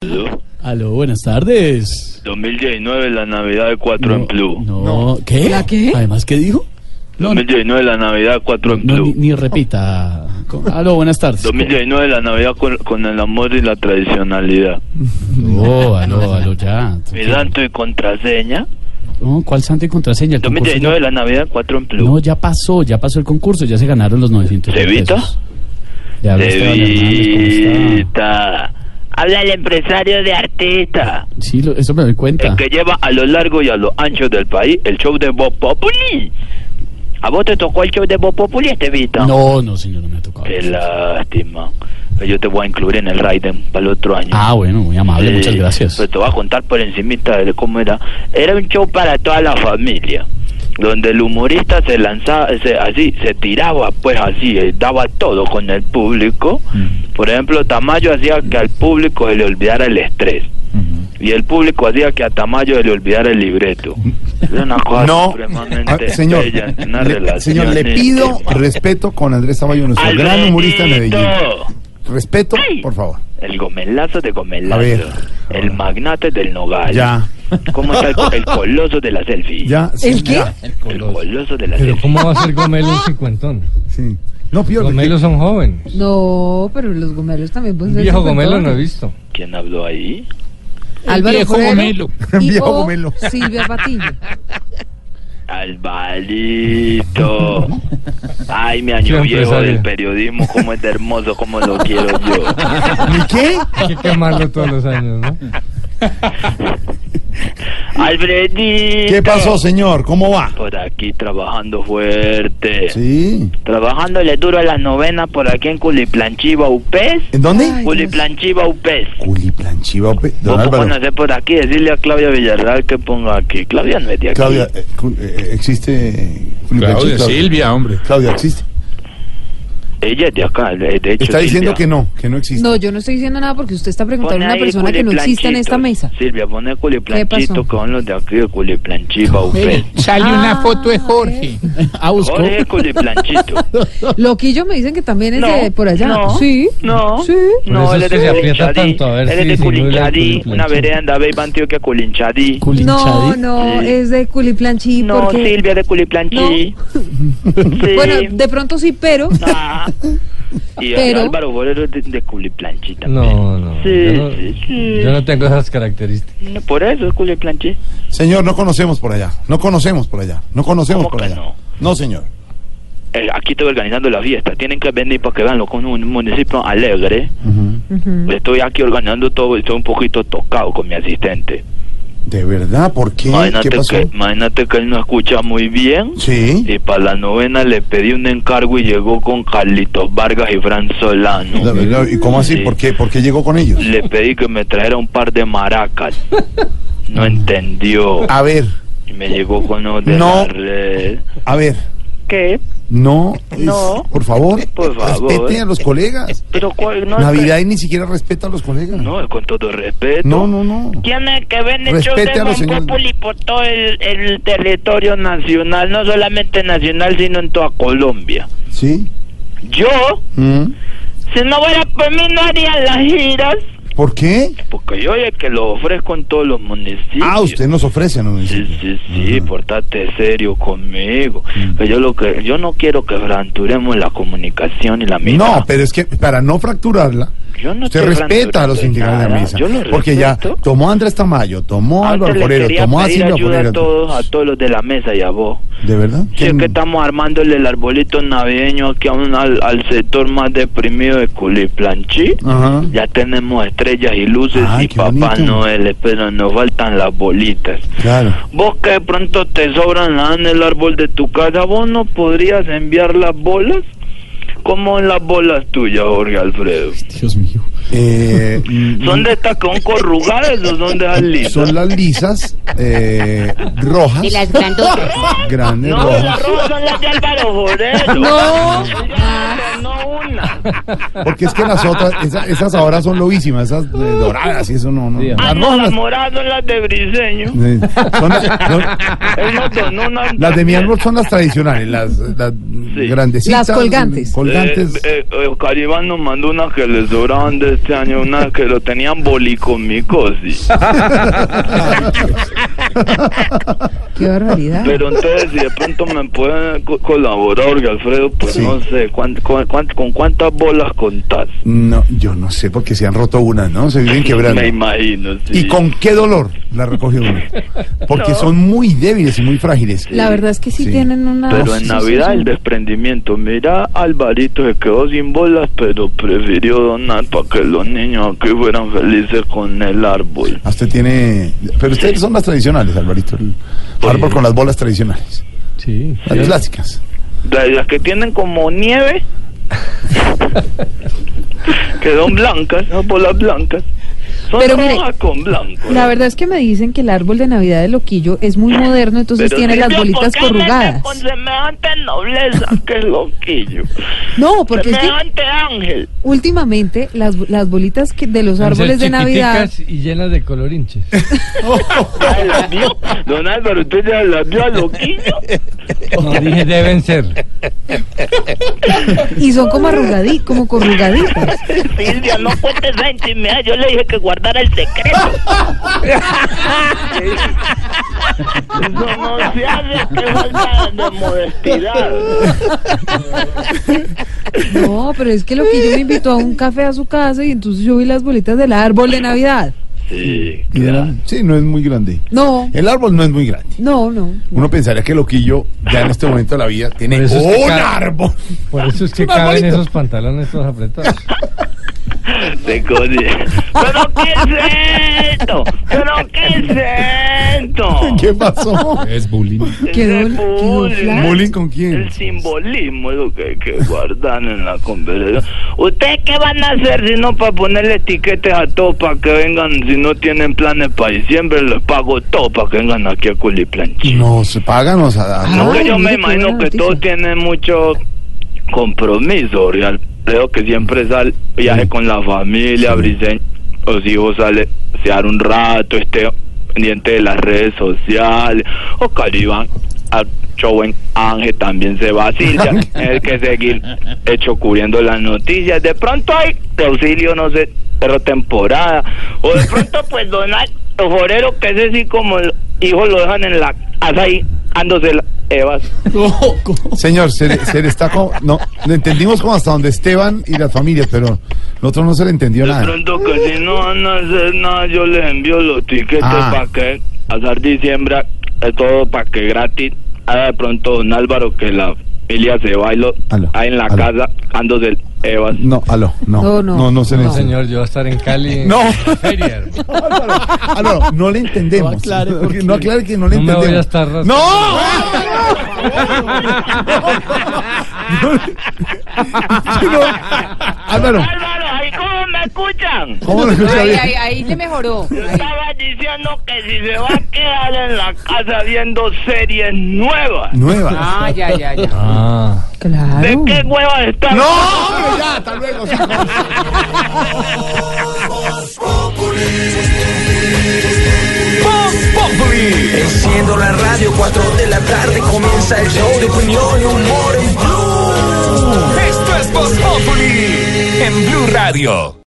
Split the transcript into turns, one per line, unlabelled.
Aló.
Aló, buenas tardes.
2019, la Navidad de 4 en Blue.
No, ¿qué?
¿La qué?
Además, ¿qué dijo? No, no,
2019, la Navidad 4 en
no, ni,
Blue.
ni repita. Con- Aló, buenas tardes.
2019, la Navidad con, con el amor y la tradicionalidad.
No, aló, aló, ya.
Mi santo y contraseña.
No, ¿Cuál santo y contraseña? El concurso
2019, la Navidad 4 en
ya- No,
Blue.
ya pasó, ya pasó el concurso, ya se ganaron los 900
¿Cevita?
pesos. Le habla Esteban Hernández, ¿cómo está?
Evita. Habla el empresario de artista.
Sí, lo- eso me doy cuenta.
El que lleva a lo largo y a lo ancho del país el show de Bob Populi. ¿A vos te tocó el show de Bob Populi, Estevita?
No, no, señor, no me ha tocado.
Qué lástima. Yo te voy a incluir en el Raiden para el otro año.
Ah, bueno, muy amable,
Sí,
muchas gracias.
Pues te voy a contar por encimita de cómo era. Era un show para toda la familia, donde el humorista se lanzaba, se- así, se tiraba, pues así, eh, daba todo con el público.
Mm.
Por ejemplo, Tamayo hacía que al público se le olvidara el estrés.
Mm-hmm.
Y el público hacía que a Tamayo se le olvidara el libreto. Es una cosa
No,
supremamente
Ah, señor,
bella, una
le,
relación
señor, le pido
íntima.
respeto con Andrés Tamayo, nuestro gran humorista de
¡Alfredito!
Medellín. Respeto,
¡Ay!
por favor.
El gomelazo de
A
gomelazo.
ver.
El magnate del nogal.
Ya.
¿Cómo está el, co- el coloso de la selfie?
Ya, sí,
¿El qué?
ya,
El coloso de la
Pero
selfie.
¿cómo va a ser Gomelo un cincuentón?
sí. No, pido
Gomelos son jóvenes.
No, pero los gomelos también pueden
Un
ser.
viejo
cincuentones.
Gomelo no he visto.
¿Quién habló ahí?
Álvaro
viejo
Forero
gomelo.
y
Viejo
o
gomelo.
Silvia Patillo.
Alvarito. Ay, mi año
Qué
viejo
empresario.
del periodismo, cómo es de hermoso, cómo lo quiero yo.
¿Mi qué?
Hay que quemarlo todos los años, ¿no?
Alfredito.
¿Qué pasó, señor? ¿Cómo va?
Por aquí trabajando fuerte.
Sí.
Trabajándole duro a las novenas por aquí en Culiplanchiva UPES.
¿En dónde?
Ay.
Culiplanchiva UPES.
Culiplan, Chivape. Don
Vos
Álvaro.
conocer por aquí, decirle a Claudia Villarreal que ponga aquí. Claudia no es de aquí.
Claudia, eh, cu- eh, ¿existe eh, Culiplan,
Claudia,
Chivape?
Silvia, hombre.
Claudia, ¿existe?
Ella es de acá, de de hecho.
Está
Silvia.
diciendo que no, que no existe.
No, yo no estoy diciendo nada porque usted está preguntando
Pone
a una
ahí
persona que no existe en
culiplanchitos.
esta mesa.
Silvia, pone culiplanchito
pasó?
que son los de aquí de culiplanchiva. Ufes.
Sale
Ah,
una foto de Jorge.
Ah, buscó.
Jorge culiplanchito.
Loquillo me dicen que también es de por allá.
No,
sí.
No.
Sí.
No,
Por eso
él
es
es
que
de
se aprieta
culinchadí.
tanto, a ver
Él es
si
de
disimula el
culinchadí. Una
Culinchadí.
vereda ve Antioquia culinchadí.
No,
Culinchadi.
no,
Sí.
es de Culiplanchi.
No,
porque...
Silvia de culiplanchi. Sí.
Bueno, de pronto sí, pero.
Ah. Y
Pero-
Álvaro Borero de, de culiplanchi también.
No, no.
Sí,
Yo no,
sí, sí.
yo no tengo esas características.
No, Por eso es culiplanchi.
Señor, no conocemos por allá. No conocemos por allá. No conocemos
¿Cómo
por
que
allá.
no?
No, señor.
Eh, aquí estoy organizando la fiesta. Tienen que venir para que veanlo con un municipio alegre.
Ujú.
Estoy aquí organizando todo. Estoy un poquito tocado con mi asistente.
¿De verdad? ¿Por qué?
Imagínate
¿Qué pasó?
que, imagínate que él no escucha muy bien.
Sí.
Y para la novena le pedí un encargo y llegó con Carlitos Vargas y Fran Solano.
La verdad, ¿Y cómo así?
Sí.
¿Por qué? ¿Por qué llegó con ellos?
Le pedí que me trajera un par de maracas. No entendió.
A ver,
Y me llegó con los de
Ah. No.
la red.
a ver.
¿Qué?
No, es-
No.
por favor,
Por favor.
respeten a los colegas.
Pero cuál no
Navidad y ni siquiera respeta a los colegas.
No, es con todo respeto.
Mm. no, no. no.
¿Quién es que vende shows
Respete
de
a los
Bon
señores.
Populi por todo el, el territorio nacional? No solamente nacional, sino en toda Colombia.
¿Sí?
Yo,
Mm.
si no fuera por mí, no haría las giras.
¿Por qué?
Porque yo es que lo ofrezco en todos los municipios.
Ah, usted nos ofrece, ¿no? Ah.
Sí, sí, sí,
Ajá.
portate serio conmigo.
Mm.
Que yo lo que yo no quiero que fracturemos la comunicación y la misa.
No, pero es que para no fracturarla,
yo no
usted
estoy
respeta a los
fracturando
integrantes de la
nada.
mesa.
Yo lo
Porque ya
respeto.
tomó a Andrés Tamayo, tomó a
Antes
Álvaro
les
Forero,
quería
tomó a
pedir
Silvia
ayuda a
Forero.
todos, a todos los de la mesa y a vos.
¿De verdad?
Sí, es
¿Quién-
que estamos armándole el arbolito navideño aquí a un- al, al sector más deprimido de Culiplanchi.
Ajá.
Ya tenemos estrellas y luces
Ah. Ay,
y
qué
Papá
bonito.
Noel, pero nos faltan las bolitas.
Claro.
Vos que de pronto te sobran nada en el árbol de tu casa, vos no podrías enviar las bolas como en las bolas tuyas, Jorge Alfredo.
Dios mío.
Eh, mm,
¿Son de estas que son corrugadas o son de esas lisas?
son las lisas eh, rojas.
De las grandotas.
Grandes
No,
rojas.
las rojas son las de Álvaro Forero.
No.
No una.
Porque es que las otras, esa- esas ahora son lobísimas, esas eh, doradas y eso no, no.
Sí,
Las
Ah, no, las
rojas,
moradas son las de Briseño.
eh, son las- son-
Él nos donó una-
las de mi árbol son las tradicionales, las, las
Sí.
grandecitas. mm,
Las colgantes.
col- cantantes.
Eh, eh, eh, Caribán nos mandó unas que les sobraban de este año, unas que lo tenían bolicomicosis.
Qué barbaridad.
Pero entonces, si de pronto me pueden co- colaborar, Jorge Alfredo, pues
Sí.
no sé, ¿cuán- cuán- cuán- ¿con cuántas bolas contás?
No, yo no sé porque se han roto unas, ¿no? Se viven quebrando.
Me imagino, sí.
¿Y con qué dolor la recoge uno? Porque son muy débiles y muy frágiles.
La verdad es que sí,
Sí.
tienen una...
Pero
sí,
en
sí,
Navidad
sí.
el desprendimiento. Mira, Alvarito se quedó sin bolas, pero prefirió donar para que los niños aquí fueran felices con el árbol.
Ah, Usted tiene... Pero ustedes son las tradicionales, Alvarito. El árbol con las bolas tradicionales.
Sí.
Las clásicas.
De las que tienen como nieve, que son blancas, las bolas blancas. Son
Pero mire,
rojas con blanco.
La verdad es que me dicen que el árbol de Navidad de Loquillo es muy moderno, entonces
Pero
tiene
Silvia,
las bolitas
¿por qué hablas
corrugadas.
Con semejante nobleza, que es loquillo.
No, porque es que
semejante ángel.
últimamente las, las bolitas que- de los
Van a ser
árboles de Navidad...
chiquiticas Y llenas de colorinches.
Ay, la vio. Don Álvaro, ¿usted ya la vio a loquillo?
No dije deben ser.
Y son como arrugadí, como corrugaditas.
Silvia, no cuentes esa intimidad. Yo le dije que guardara el secreto. Eso no se hace, que falta de modestidad.
No, pero es que Loquillo me invitó a un café a su casa y entonces yo vi las bolitas del árbol de Navidad.
Sí,
Y de la- Sí, no es muy grande.
No,
El árbol no es muy grande.
no, no.
Uno pensaría que Loquillo ya en este momento de la vida tiene
Por eso es que
un
ca-
árbol.
Por eso es que
Un
caben
arbolito.
esos pantalones todos apretados.
te coñe. ¿Pero qué es esto? ¿Pero qué es esto?
¿Qué pasó?
Es bullying.
Quedó-
Ese
quedó
bullying.
flaco.
¿Bullying con quién?
El simbolismo es lo que hay que guardar en la conversación. ¿Ustedes qué van a hacer si no para ponerle etiquetes a todos para que vengan? Si no tienen planes para diciembre, les pago todo para que vengan aquí a Culiplanchi.
Nos páganos a... a-
Ah.
No, que yo me
mira qué
imagino
buena
que
noticia.
todos tienen mucho compromiso, Oriol. Creo que siempre sale viaje
Sí.
con la familia,
Sí.
Briseño, los hijos sale dar un rato, esté pendiente de las redes sociales, o Caribán, a Chowen Ángel también se va, Silvia, hay que seguir hecho cubriendo las noticias, de pronto hay de auxilio, no sé, pero temporada, o de pronto pues donar los foreros que ese sí como el hijo lo dejan en la casa ahí, ándose las evas.
Señor, se le, se le está... co- No, le entendimos como hasta donde Esteban y las familias, pero nosotros no se le entendió
De
nada.
pronto que si no van a hacer nada, yo les envío los tiquetes
Ah.
para que pasar diciembre, eh, todo para que gratis. Ahora de pronto don Álvaro que la familia se bailó
Aló,
ahí en la
aló.
casa, ando del Evas.
No, aló, no.
No,
No,
no.
no, se le
No,
entendió.
señor, yo voy a estar en Cali. en
No.
Feria. hermano.
Álvaro, Álvaro, Ah, no le entendemos. No aclare, que no le
No me
entendemos.
voy a estar rascando.
¡No! Sí, no. Álvaro,
Álvaro, ¿ahí cómo me escuchan?
¿cómo lo escucha bien?
le mejoró.
Yo estaba diciendo que si se va a quedar en la casa viendo series nuevas.
Nueva.
ya, ya, ya.
Ah.
¿De
Claro.
qué hueva están?
¡No! hombre, ya! ¡Hasta luego! sí.
Enciendo la radio, 4 de la tarde comienza el show de opinión y humor en Blue.
Esto es Voz Populi en Blue Radio.